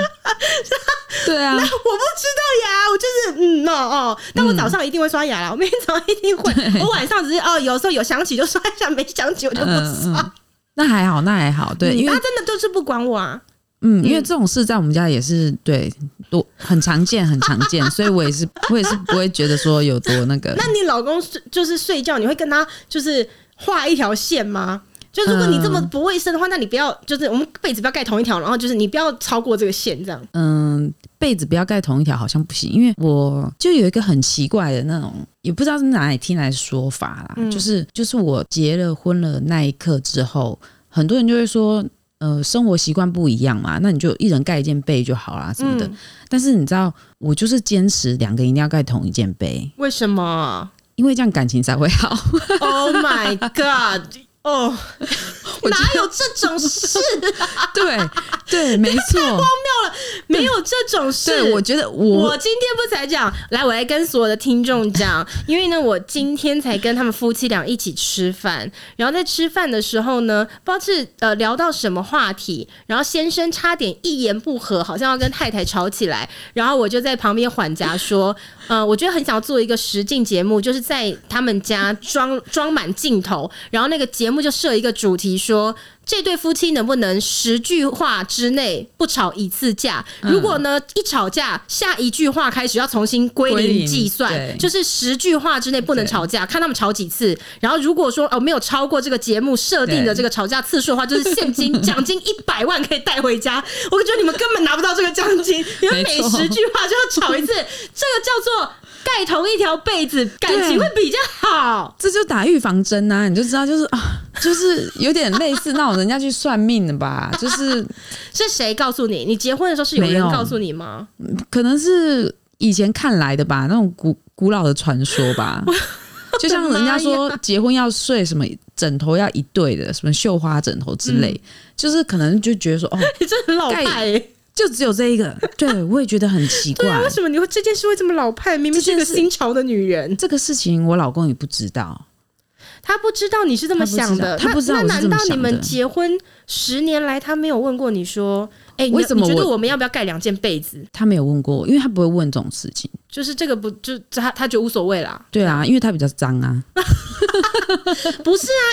[SPEAKER 2] 对啊
[SPEAKER 1] 我，不知道呀，我就是嗯哦哦，但我早上一定会刷牙啦，我每天早上一定 会，我晚上只是哦有时候有想起就刷一下，没想起我就不
[SPEAKER 2] 嗯
[SPEAKER 1] 刷。
[SPEAKER 2] 嗯，那还好，那还好，对，
[SPEAKER 1] 嗯
[SPEAKER 2] 因为
[SPEAKER 1] 他真的就是不管我啊，
[SPEAKER 2] 嗯，因为这种事在我们家也是对多很常见，很常见，所以我也是我也是不会觉得说有多那个
[SPEAKER 1] 那。你老公睡就是睡觉，你会跟他就是画一条线吗？就如果你这么
[SPEAKER 2] 嗯
[SPEAKER 1] 不卫生的话，那你不要就是我们被子不要盖同一条，然后就是你不要超过这个线这 样。
[SPEAKER 2] 嗯，被子不要盖同一条好像不行，因为我就有一个很奇怪的那种，也不知道是哪里听来的说法啦，
[SPEAKER 1] 嗯
[SPEAKER 2] 就是就是我结了婚了那一刻之后，很多人就会说，呃，生活习惯不一样嘛，那你就一人盖一件被就好啦什么的。
[SPEAKER 1] 嗯
[SPEAKER 2] 但是你知道，我就是坚持两个一定要盖同一件被，
[SPEAKER 1] 为什么
[SPEAKER 2] 因为这样感情才会 好。
[SPEAKER 1] ？Oh my god！哦、
[SPEAKER 2] 我觉
[SPEAKER 1] 哪有这种事？啊
[SPEAKER 2] 对对，没错，
[SPEAKER 1] 荒了，没有这种事。
[SPEAKER 2] 对，我觉得我
[SPEAKER 1] 我今天不才讲，来，我来跟所有的听众讲，因为呢，我今天才跟他们夫妻俩一起吃饭，然后在吃饭的时候呢，不知道是呃聊到什么话题，然后先生差点一言不合，好像要跟太太吵起来，然后我就在旁边缓颊说，呃，我觉得很想要做一个实境节目，就是在他们家装 装满镜头，然后那个节目就设一个主题说。这对夫妻能不能十句话之内不吵一次架？
[SPEAKER 2] 嗯
[SPEAKER 1] 如果呢一吵架，下一句话开始要重新归
[SPEAKER 2] 归
[SPEAKER 1] 零
[SPEAKER 2] 零
[SPEAKER 1] 计
[SPEAKER 2] 对
[SPEAKER 1] 算，就是十句话之内不能吵架，看他们吵几次。然后如果说哦没有超过这个节目设定的
[SPEAKER 2] 对
[SPEAKER 1] 这个吵架次数的话，就是现 金奖金一百万可以带回家。我觉得你们根本拿不到这个奖金，你们
[SPEAKER 2] 没
[SPEAKER 1] 每
[SPEAKER 2] 错
[SPEAKER 1] 十句话就要 吵一次，这个叫做盖同一条被子，感
[SPEAKER 2] 对
[SPEAKER 1] 情会比较好。
[SPEAKER 2] 这就打预防针呐、你就知道，就是啊，就是有点类似那种人家去算命 的吧，就是
[SPEAKER 1] 是谁告诉你？你结婚的时候是有
[SPEAKER 2] 没
[SPEAKER 1] 人
[SPEAKER 2] 有
[SPEAKER 1] 告诉你吗？
[SPEAKER 2] 可能是以前看来的吧，那种古古老的传说 吧。就像人家
[SPEAKER 1] 我的
[SPEAKER 2] 说结婚要睡什么枕头要一对的，什么绣花枕头之类，
[SPEAKER 1] 嗯
[SPEAKER 2] 就是可能就觉得说 哦，
[SPEAKER 1] 你这很老派、
[SPEAKER 2] 盖
[SPEAKER 1] 欸。
[SPEAKER 2] 就只有这一个。对，我也觉得很奇怪。
[SPEAKER 1] 对啊，为什么你会这件事会这么老派？明明是一个新潮的女人，
[SPEAKER 2] 这个事情我老公也不知道，
[SPEAKER 1] 她不知道你是这么想的，
[SPEAKER 2] 她不知
[SPEAKER 1] 那
[SPEAKER 2] 道
[SPEAKER 1] 那
[SPEAKER 2] 她不知
[SPEAKER 1] 难
[SPEAKER 2] 道
[SPEAKER 1] 道
[SPEAKER 2] 我是这么
[SPEAKER 1] 你
[SPEAKER 2] 想的
[SPEAKER 1] 们结婚十年来，她没有问过你说，哎、你
[SPEAKER 2] 为什么
[SPEAKER 1] 你觉得
[SPEAKER 2] 我
[SPEAKER 1] 我们要不要盖两件被子？
[SPEAKER 2] 他没有问过我，因为他不会问这种事情。
[SPEAKER 1] 就是这个不就她她觉得无所谓啦。
[SPEAKER 2] 对啊，因为他比较脏啊。
[SPEAKER 1] 不是啊，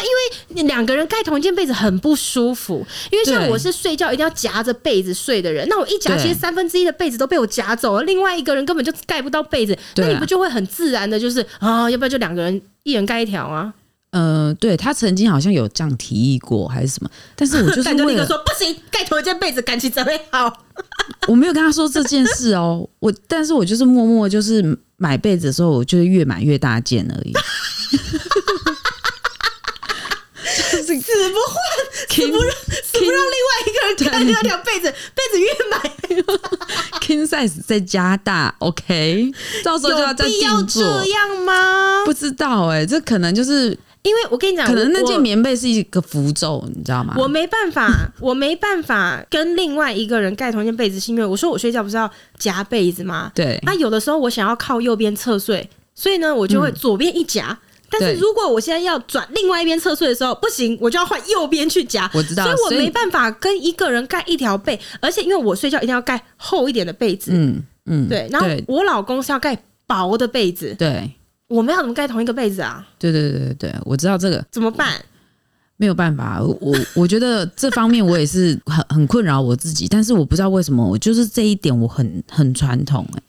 [SPEAKER 1] 因为你两个人盖同一件被子很不舒服，因为像
[SPEAKER 2] 对
[SPEAKER 1] 我是睡觉一定要夹着被子睡的人，那我一夹，
[SPEAKER 2] 对
[SPEAKER 1] 其实三分之一的被子都被我夹走了，另外一个人根本就盖不到被子，那
[SPEAKER 2] 对啊
[SPEAKER 1] 你不就会很自然的，就是啊，要不要就两个人一人盖一条啊？
[SPEAKER 2] 呃，对他曾经好像有这样提议过还是什么，但是我就是
[SPEAKER 1] 但就
[SPEAKER 2] 为
[SPEAKER 1] 立刻
[SPEAKER 2] 了
[SPEAKER 1] 说不行，盖同一件被子，感情怎么会好？
[SPEAKER 2] 我没有跟他说这件事 哦，我但是我就是默默就是买被子的时候，我就是越买越大件而 已。就是
[SPEAKER 1] 死不换，
[SPEAKER 2] king
[SPEAKER 1] 死不让另外一个人盖那条被子，被子越买
[SPEAKER 2] king size 再加大，OK，到时候就要
[SPEAKER 1] 有
[SPEAKER 2] 再
[SPEAKER 1] 必要
[SPEAKER 2] 定
[SPEAKER 1] 这
[SPEAKER 2] 做。
[SPEAKER 1] 样吗？
[SPEAKER 2] 不知道哎、这可能就是
[SPEAKER 1] 因为我跟你讲，
[SPEAKER 2] 可能那
[SPEAKER 1] 哎我
[SPEAKER 2] 件棉被是一个符咒，你知道吗？
[SPEAKER 1] 我没办 法，我没办法跟另外一个人盖同一件被子，是因为我说我睡觉不是要夹被子吗？
[SPEAKER 2] 对
[SPEAKER 1] 那、有的时候我想要靠右边侧睡，所以呢，我就会左边一夹。但是
[SPEAKER 2] 嗯对
[SPEAKER 1] 如果我现在要转另外一边侧睡的时候，不行，我就要换右边去夹。
[SPEAKER 2] 我知道
[SPEAKER 1] 所以我
[SPEAKER 2] 所以
[SPEAKER 1] 没办法跟一个人盖一条被，而且因为我睡觉一定要盖厚一点的被子，
[SPEAKER 2] 嗯嗯，
[SPEAKER 1] 对。然后
[SPEAKER 2] 对
[SPEAKER 1] 我老公是要盖薄的被子，
[SPEAKER 2] 对
[SPEAKER 1] 我们要怎么盖同一个被子啊？
[SPEAKER 2] 对对对对对，我知道这个。
[SPEAKER 1] 怎么办？
[SPEAKER 2] 没有办法，我我觉得这方面我也是很很困扰我自己，但是我不知道为什么，我就是这一点我很很传统、欸，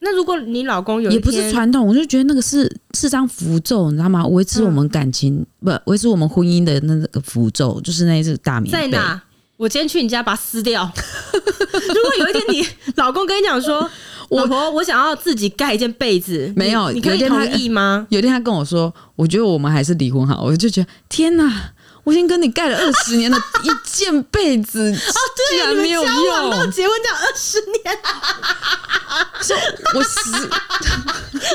[SPEAKER 1] 那如果你老公有一
[SPEAKER 2] 也不是
[SPEAKER 1] 天
[SPEAKER 2] 传统，我就觉得那个是是张符咒，你知道吗？维持我们感情、不维持我们婚姻的那个符咒，就是那一只大棉
[SPEAKER 1] 在
[SPEAKER 2] 被。
[SPEAKER 1] 哪？我今天去你家把它撕掉。 如果有一天你老公跟你讲说，
[SPEAKER 2] 我
[SPEAKER 1] 老婆， 我想要自己盖一件被子，
[SPEAKER 2] 没有
[SPEAKER 1] 你你可以
[SPEAKER 2] 有一天他
[SPEAKER 1] 同意吗？
[SPEAKER 2] 有一天他跟我说，我觉得我们还是离婚好，我就觉得天哪，我已经跟你盖了二十年的 一件被子，
[SPEAKER 1] 哦
[SPEAKER 2] 居然没有
[SPEAKER 1] 啊交往到
[SPEAKER 2] 用，
[SPEAKER 1] 结婚这样二十 年，
[SPEAKER 2] 我十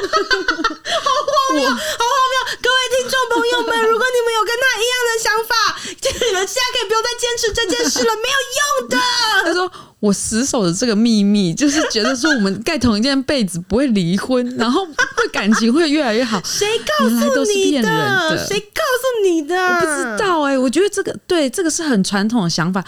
[SPEAKER 1] 啊各位听众朋友们，如果你们有跟他一样的想法，就你们现在可以不用再坚持这件事了，没有用的。
[SPEAKER 2] 他说我死守着这个秘密，就是觉得说我们盖同一件被子不会离婚，然后会感情会越来越好。
[SPEAKER 1] 谁告
[SPEAKER 2] 原来
[SPEAKER 1] 诉
[SPEAKER 2] 都是
[SPEAKER 1] 你
[SPEAKER 2] 骗人的
[SPEAKER 1] 谁告诉你的？
[SPEAKER 2] 我不知。道哎、我觉得这个对这个是很传统的想法。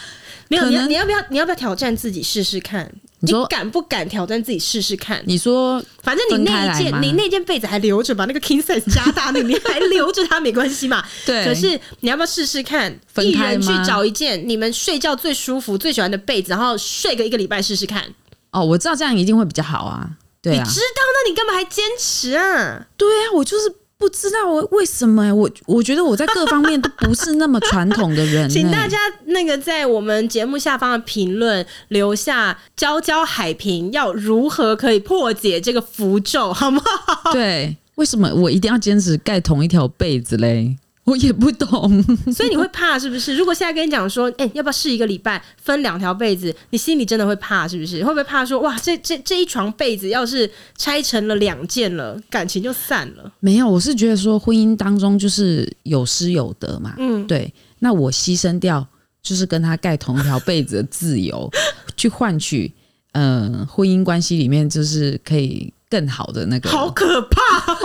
[SPEAKER 1] 没有，
[SPEAKER 2] 可
[SPEAKER 1] 你要
[SPEAKER 2] 能
[SPEAKER 1] 你要不要你要不要挑战自己试试看？
[SPEAKER 2] 你说
[SPEAKER 1] 敢不敢挑战自己试试看？
[SPEAKER 2] 你说
[SPEAKER 1] 反正你那一
[SPEAKER 2] 分开来
[SPEAKER 1] 件，
[SPEAKER 2] 吗
[SPEAKER 1] 你那件被子还留着吧，那个 king size 加大那个，你还留着它没关系嘛。
[SPEAKER 2] 对
[SPEAKER 1] 可是你要不要试试看？
[SPEAKER 2] 分
[SPEAKER 1] 一
[SPEAKER 2] 开
[SPEAKER 1] 人去
[SPEAKER 2] 吗
[SPEAKER 1] 找一件你们睡觉最舒服、最喜欢的被子，然后睡个一个礼拜试试看。
[SPEAKER 2] 哦，我知道这样一定会比较好啊。对
[SPEAKER 1] 你
[SPEAKER 2] 啊，
[SPEAKER 1] 知道，那你干嘛还坚持啊？
[SPEAKER 2] 对啊，我就是不知道我为什么、欸、我我觉得我在各方面都不是那么传统的人、欸。
[SPEAKER 1] 请大家那个在我们节目下方的评论留下教教海平要如何可以破解这个符咒，好吗？
[SPEAKER 2] 对，为什么我一定要坚持盖同一条被子嘞？ 我也不懂。
[SPEAKER 1] 所以你会怕是不是？如 果现在跟你讲说，哎、要不要试一个礼拜分两条被子，你心里真的会怕是不是？会不会怕说，哇，这这这一床被子要是拆成了两件了，感情就散了？
[SPEAKER 2] 没有，我是觉得说婚姻当中就是有失有得嘛。
[SPEAKER 1] 嗯
[SPEAKER 2] 对，那我牺牲掉就是跟他盖同一条被子的自由， 去换取呃婚姻关系里面就是可以更好的那个。
[SPEAKER 1] 啊好可 怕、哦！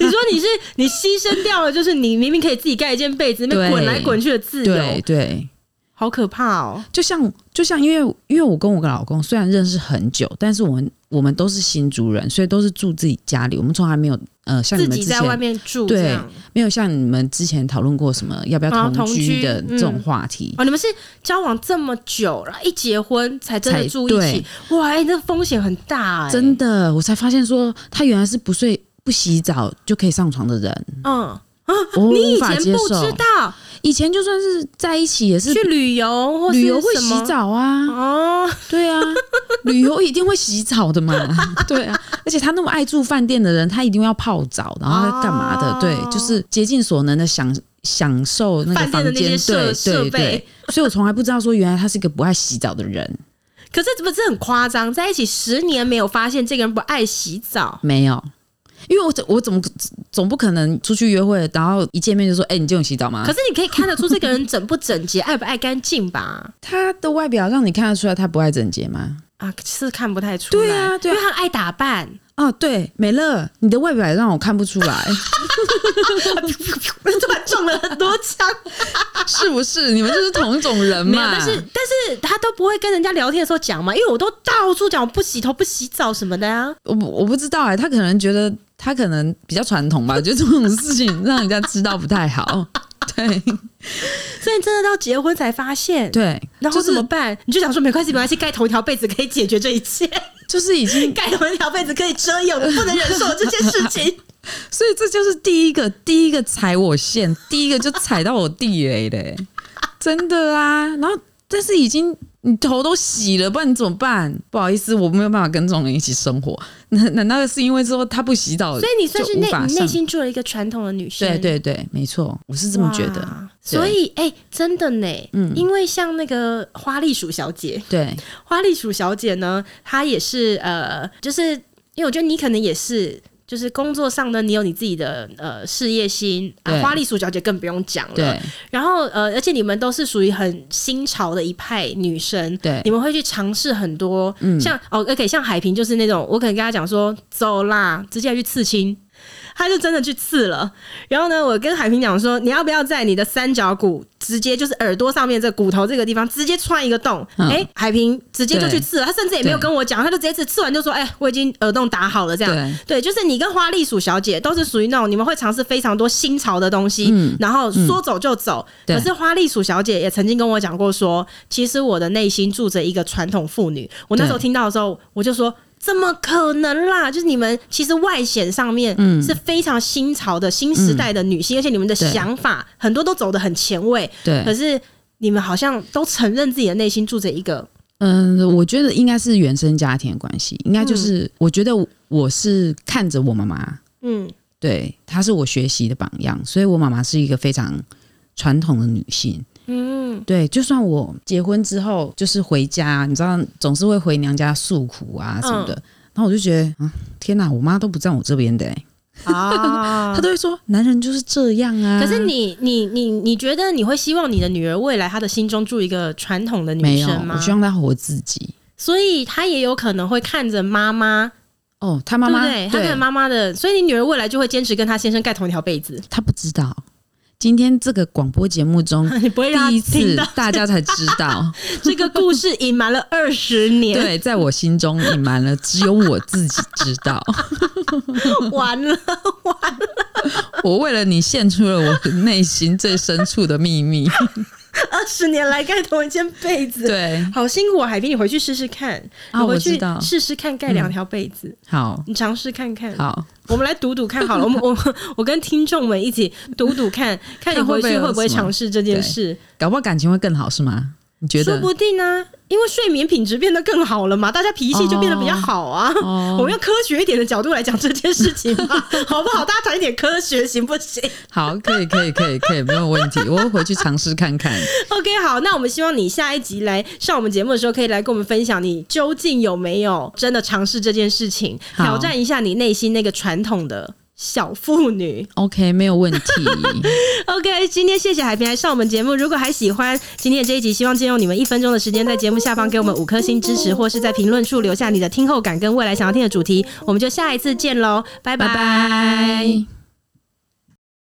[SPEAKER 1] 你说你是你牺牲掉了，就是你明明可以自己盖一件被子，那边
[SPEAKER 2] 对
[SPEAKER 1] 滚来滚去的自
[SPEAKER 2] 对
[SPEAKER 1] 由，
[SPEAKER 2] 对，
[SPEAKER 1] 好可怕哦！
[SPEAKER 2] 就像就像因为因为我跟我老公虽然认识很久，但是我们我们都是新族人，所以都是住自己家里，我们从来没有呃像你
[SPEAKER 1] 自
[SPEAKER 2] 们
[SPEAKER 1] 己
[SPEAKER 2] 之
[SPEAKER 1] 在外
[SPEAKER 2] 前
[SPEAKER 1] 面住
[SPEAKER 2] 对
[SPEAKER 1] 这样
[SPEAKER 2] 没有像你们之前讨论过什么要不
[SPEAKER 1] 啊
[SPEAKER 2] 要
[SPEAKER 1] 同居
[SPEAKER 2] 居的这种
[SPEAKER 1] 嗯
[SPEAKER 2] 话题。
[SPEAKER 1] 哦，你们是交往这么久了，一结婚才真的
[SPEAKER 2] 才
[SPEAKER 1] 住一起，哇，哎，那风险很大哎，
[SPEAKER 2] 真的，我才发现说他原来是不睡不洗澡就可以上床的人，
[SPEAKER 1] 嗯，
[SPEAKER 2] 我
[SPEAKER 1] 你以
[SPEAKER 2] 无法
[SPEAKER 1] 前
[SPEAKER 2] 接
[SPEAKER 1] 不
[SPEAKER 2] 受
[SPEAKER 1] 知。道
[SPEAKER 2] 以前就算是在一起也是
[SPEAKER 1] 去旅游或是
[SPEAKER 2] 旅游会
[SPEAKER 1] 什么
[SPEAKER 2] 洗澡啊，
[SPEAKER 1] 哦，
[SPEAKER 2] 对 啊，旅游一定会洗澡的嘛。 对啊，而且他那么爱住饭店的人，他一定要泡澡，然后他干嘛的？
[SPEAKER 1] 哦
[SPEAKER 2] 对，就是竭尽所能的享享受那
[SPEAKER 1] 饭
[SPEAKER 2] 个
[SPEAKER 1] 店的
[SPEAKER 2] 房
[SPEAKER 1] 那些
[SPEAKER 2] 间，
[SPEAKER 1] 设
[SPEAKER 2] 对
[SPEAKER 1] 设
[SPEAKER 2] 对
[SPEAKER 1] 备
[SPEAKER 2] 对。所以我从来不知道说，原来他是一个不爱洗澡的人。
[SPEAKER 1] 可是这不是很夸张？在一起十年没有发现这个人不爱洗澡，
[SPEAKER 2] 没有，因为我怎我怎么总不可能出去约会，然后一见面就说，哎、你今天有洗澡吗
[SPEAKER 1] 可？是你可以看得出这个人整不整洁、爱不爱干净吧？
[SPEAKER 2] 他的外表让你看得出来他不爱整洁吗？
[SPEAKER 1] 啊，是看不太出来，
[SPEAKER 2] 对啊对啊
[SPEAKER 1] 因为他很爱打 扮，
[SPEAKER 2] 哦，对，美乐，你的外表让我看不出来，
[SPEAKER 1] 突然中了很多枪，
[SPEAKER 2] 是不是？你们就是同一种人
[SPEAKER 1] 没有，
[SPEAKER 2] 嘛？
[SPEAKER 1] 但是但是他都不会跟人家聊天的时候讲嘛，因为我都到处讲我不洗头、不洗澡什么的啊，
[SPEAKER 2] 我不我不知道哎、他可能觉得他可能比较传统吧，觉得这种事情让人家知道不太好。对
[SPEAKER 1] 所以真的到结婚才发现，
[SPEAKER 2] 对，
[SPEAKER 1] 然后
[SPEAKER 2] 就
[SPEAKER 1] 怎么
[SPEAKER 2] 是
[SPEAKER 1] 办？你就想说没关系，没关系，盖同一条被子可以解决这一切，
[SPEAKER 2] 就是已经，
[SPEAKER 1] 盖同一条被子可以遮掩，我不能忍受这件事情。
[SPEAKER 2] 所以这就是第一个第一个踩我线，第一个就踩到我地雷嘞、真的啊。然后但是已经你头都洗了，不然你怎么办？不好意思，我没有办法跟这种人一起生活。难难道是因为说他不洗澡，
[SPEAKER 1] 所以你算是
[SPEAKER 2] 就无
[SPEAKER 1] 内
[SPEAKER 2] 法
[SPEAKER 1] 你内
[SPEAKER 2] 上
[SPEAKER 1] 心做了一个传统的女性，
[SPEAKER 2] 对对对，没错，我是这么觉得。
[SPEAKER 1] 哇。所以，哎、真的呢，嗯，因为像那个花栗鼠小姐，
[SPEAKER 2] 对，
[SPEAKER 1] 花栗鼠小姐呢，她也是呃，就是因为我觉得你可能也是。就是工作上呢，你有你自己的呃事业心啊，
[SPEAKER 2] 对
[SPEAKER 1] 花栗鼠小姐更不用讲了
[SPEAKER 2] 对。
[SPEAKER 1] 然后呃，而且你们都是属于很新潮的一派女生，
[SPEAKER 2] 对
[SPEAKER 1] 你们会去尝试很多，
[SPEAKER 2] 嗯
[SPEAKER 1] 像哦，OK，像海平就是那种，我可能跟她讲说走啦，直接去刺青，她就真的去刺了。然后呢，我跟海平讲说，你要不要在你的三角骨直接就是耳朵上面这骨头这个地方直接穿一个洞？哎、
[SPEAKER 2] 嗯
[SPEAKER 1] 海平直接就去
[SPEAKER 2] 对
[SPEAKER 1] 刺了，他甚至也没有
[SPEAKER 2] 对
[SPEAKER 1] 跟我讲，他就直接刺，刺完就说，哎、我已经耳洞打好了这样。对，
[SPEAKER 2] 对
[SPEAKER 1] 就是你跟花栗鼠小姐都是属于那种你们会尝试非常多新潮的东西，
[SPEAKER 2] 嗯
[SPEAKER 1] 然后说走就走。
[SPEAKER 2] 对
[SPEAKER 1] 可是花栗鼠小姐也曾经跟我讲过说，其实我的内心住着一个传统妇女。我那时候
[SPEAKER 2] 对
[SPEAKER 1] 听到的时候，我就说。怎么可能啦？就是你们其实外显上面是非常新潮的、新时代的女性，而且你们的
[SPEAKER 2] 嗯对
[SPEAKER 1] 想法很多都走得很前卫。
[SPEAKER 2] 对。
[SPEAKER 1] 可是你们好像都承认自己的内心住着一个
[SPEAKER 2] 嗯，我觉得应该是原生家庭的关系，应该就是、我觉得我是看着我妈妈，
[SPEAKER 1] 嗯
[SPEAKER 2] 对，她是我学习的榜样，所以我妈妈是一个非常传统的女性。
[SPEAKER 1] 嗯
[SPEAKER 2] 对，就算我结婚之后，就是回家，你知道，总是会回娘家诉苦
[SPEAKER 1] 嗯
[SPEAKER 2] 啊什么的。然后我就觉得，啊，天哪，我妈都不站我这边的、欸，
[SPEAKER 1] 啊
[SPEAKER 2] 她都会说男人就是这样啊。
[SPEAKER 1] 可是你你你你觉得你会希望你的女儿未来她的心中住一个传统的
[SPEAKER 2] 没
[SPEAKER 1] 女
[SPEAKER 2] 有，
[SPEAKER 1] 生吗
[SPEAKER 2] 我？希望她活自己。
[SPEAKER 1] 所以她也有可能会看着妈妈，
[SPEAKER 2] 哦，她妈妈
[SPEAKER 1] 对不对？她看着妈妈的，所以你女儿未来就会坚持跟她先生盖同一条被子，
[SPEAKER 2] 她不知道。今天这个广播节 目中，
[SPEAKER 1] 你不会让
[SPEAKER 2] 第一
[SPEAKER 1] 她听
[SPEAKER 2] 次
[SPEAKER 1] 到
[SPEAKER 2] 大家才知 道，
[SPEAKER 1] 这个故事隐瞒了二十年，
[SPEAKER 2] 对，在我心中隐瞒了，只有我自己知道。
[SPEAKER 1] 完了。
[SPEAKER 2] 我为了你献出了我内心最深处的秘 密。
[SPEAKER 1] 二十年来盖同一件被子，
[SPEAKER 2] 对，
[SPEAKER 1] 好辛苦、啊！海滨，你回去试试看，
[SPEAKER 2] 啊
[SPEAKER 1] 你回
[SPEAKER 2] 我知
[SPEAKER 1] 去
[SPEAKER 2] 道
[SPEAKER 1] 试试看盖两条被子，
[SPEAKER 2] 好
[SPEAKER 1] 你尝试看看。
[SPEAKER 2] 好，
[SPEAKER 1] 我们来赌赌看好了，我 们我们我跟听众们一起赌赌 看，看你
[SPEAKER 2] 看
[SPEAKER 1] 回
[SPEAKER 2] 会不会
[SPEAKER 1] 去
[SPEAKER 2] 有
[SPEAKER 1] 会不会
[SPEAKER 2] 什么
[SPEAKER 1] 尝试这件事。
[SPEAKER 2] 搞不好感情会更好是吗？你觉
[SPEAKER 1] 说
[SPEAKER 2] 得？
[SPEAKER 1] 不定啊，因为睡眠品质变得更好了嘛，大家脾气就变得比较好啊。我
[SPEAKER 2] 哦
[SPEAKER 1] 们，用科学一点的角度来讲这件事情吧，好不好？大家谈一点科学行不行
[SPEAKER 2] 好，可以，可以，可以，可以，没有问题。我会回去尝试看看。
[SPEAKER 1] ？OK，好，那我们希望你下一集来上我们节目的时候，可以来跟我们分享你究竟有没有真的尝试这件事情，
[SPEAKER 2] 好
[SPEAKER 1] 挑战一下你内心那个传统的小妇女。
[SPEAKER 2] OK，没有问题。
[SPEAKER 1] OK，今天谢谢海平来上我们节目。如果还喜欢今天的这一集，希望借用你们一分钟的时间，在节目下方给我们五颗星支持，或是在评论处留下你的听后感跟未来想要听的主题。我们就下一次见喽，拜
[SPEAKER 2] 拜
[SPEAKER 1] 拜
[SPEAKER 2] 拜。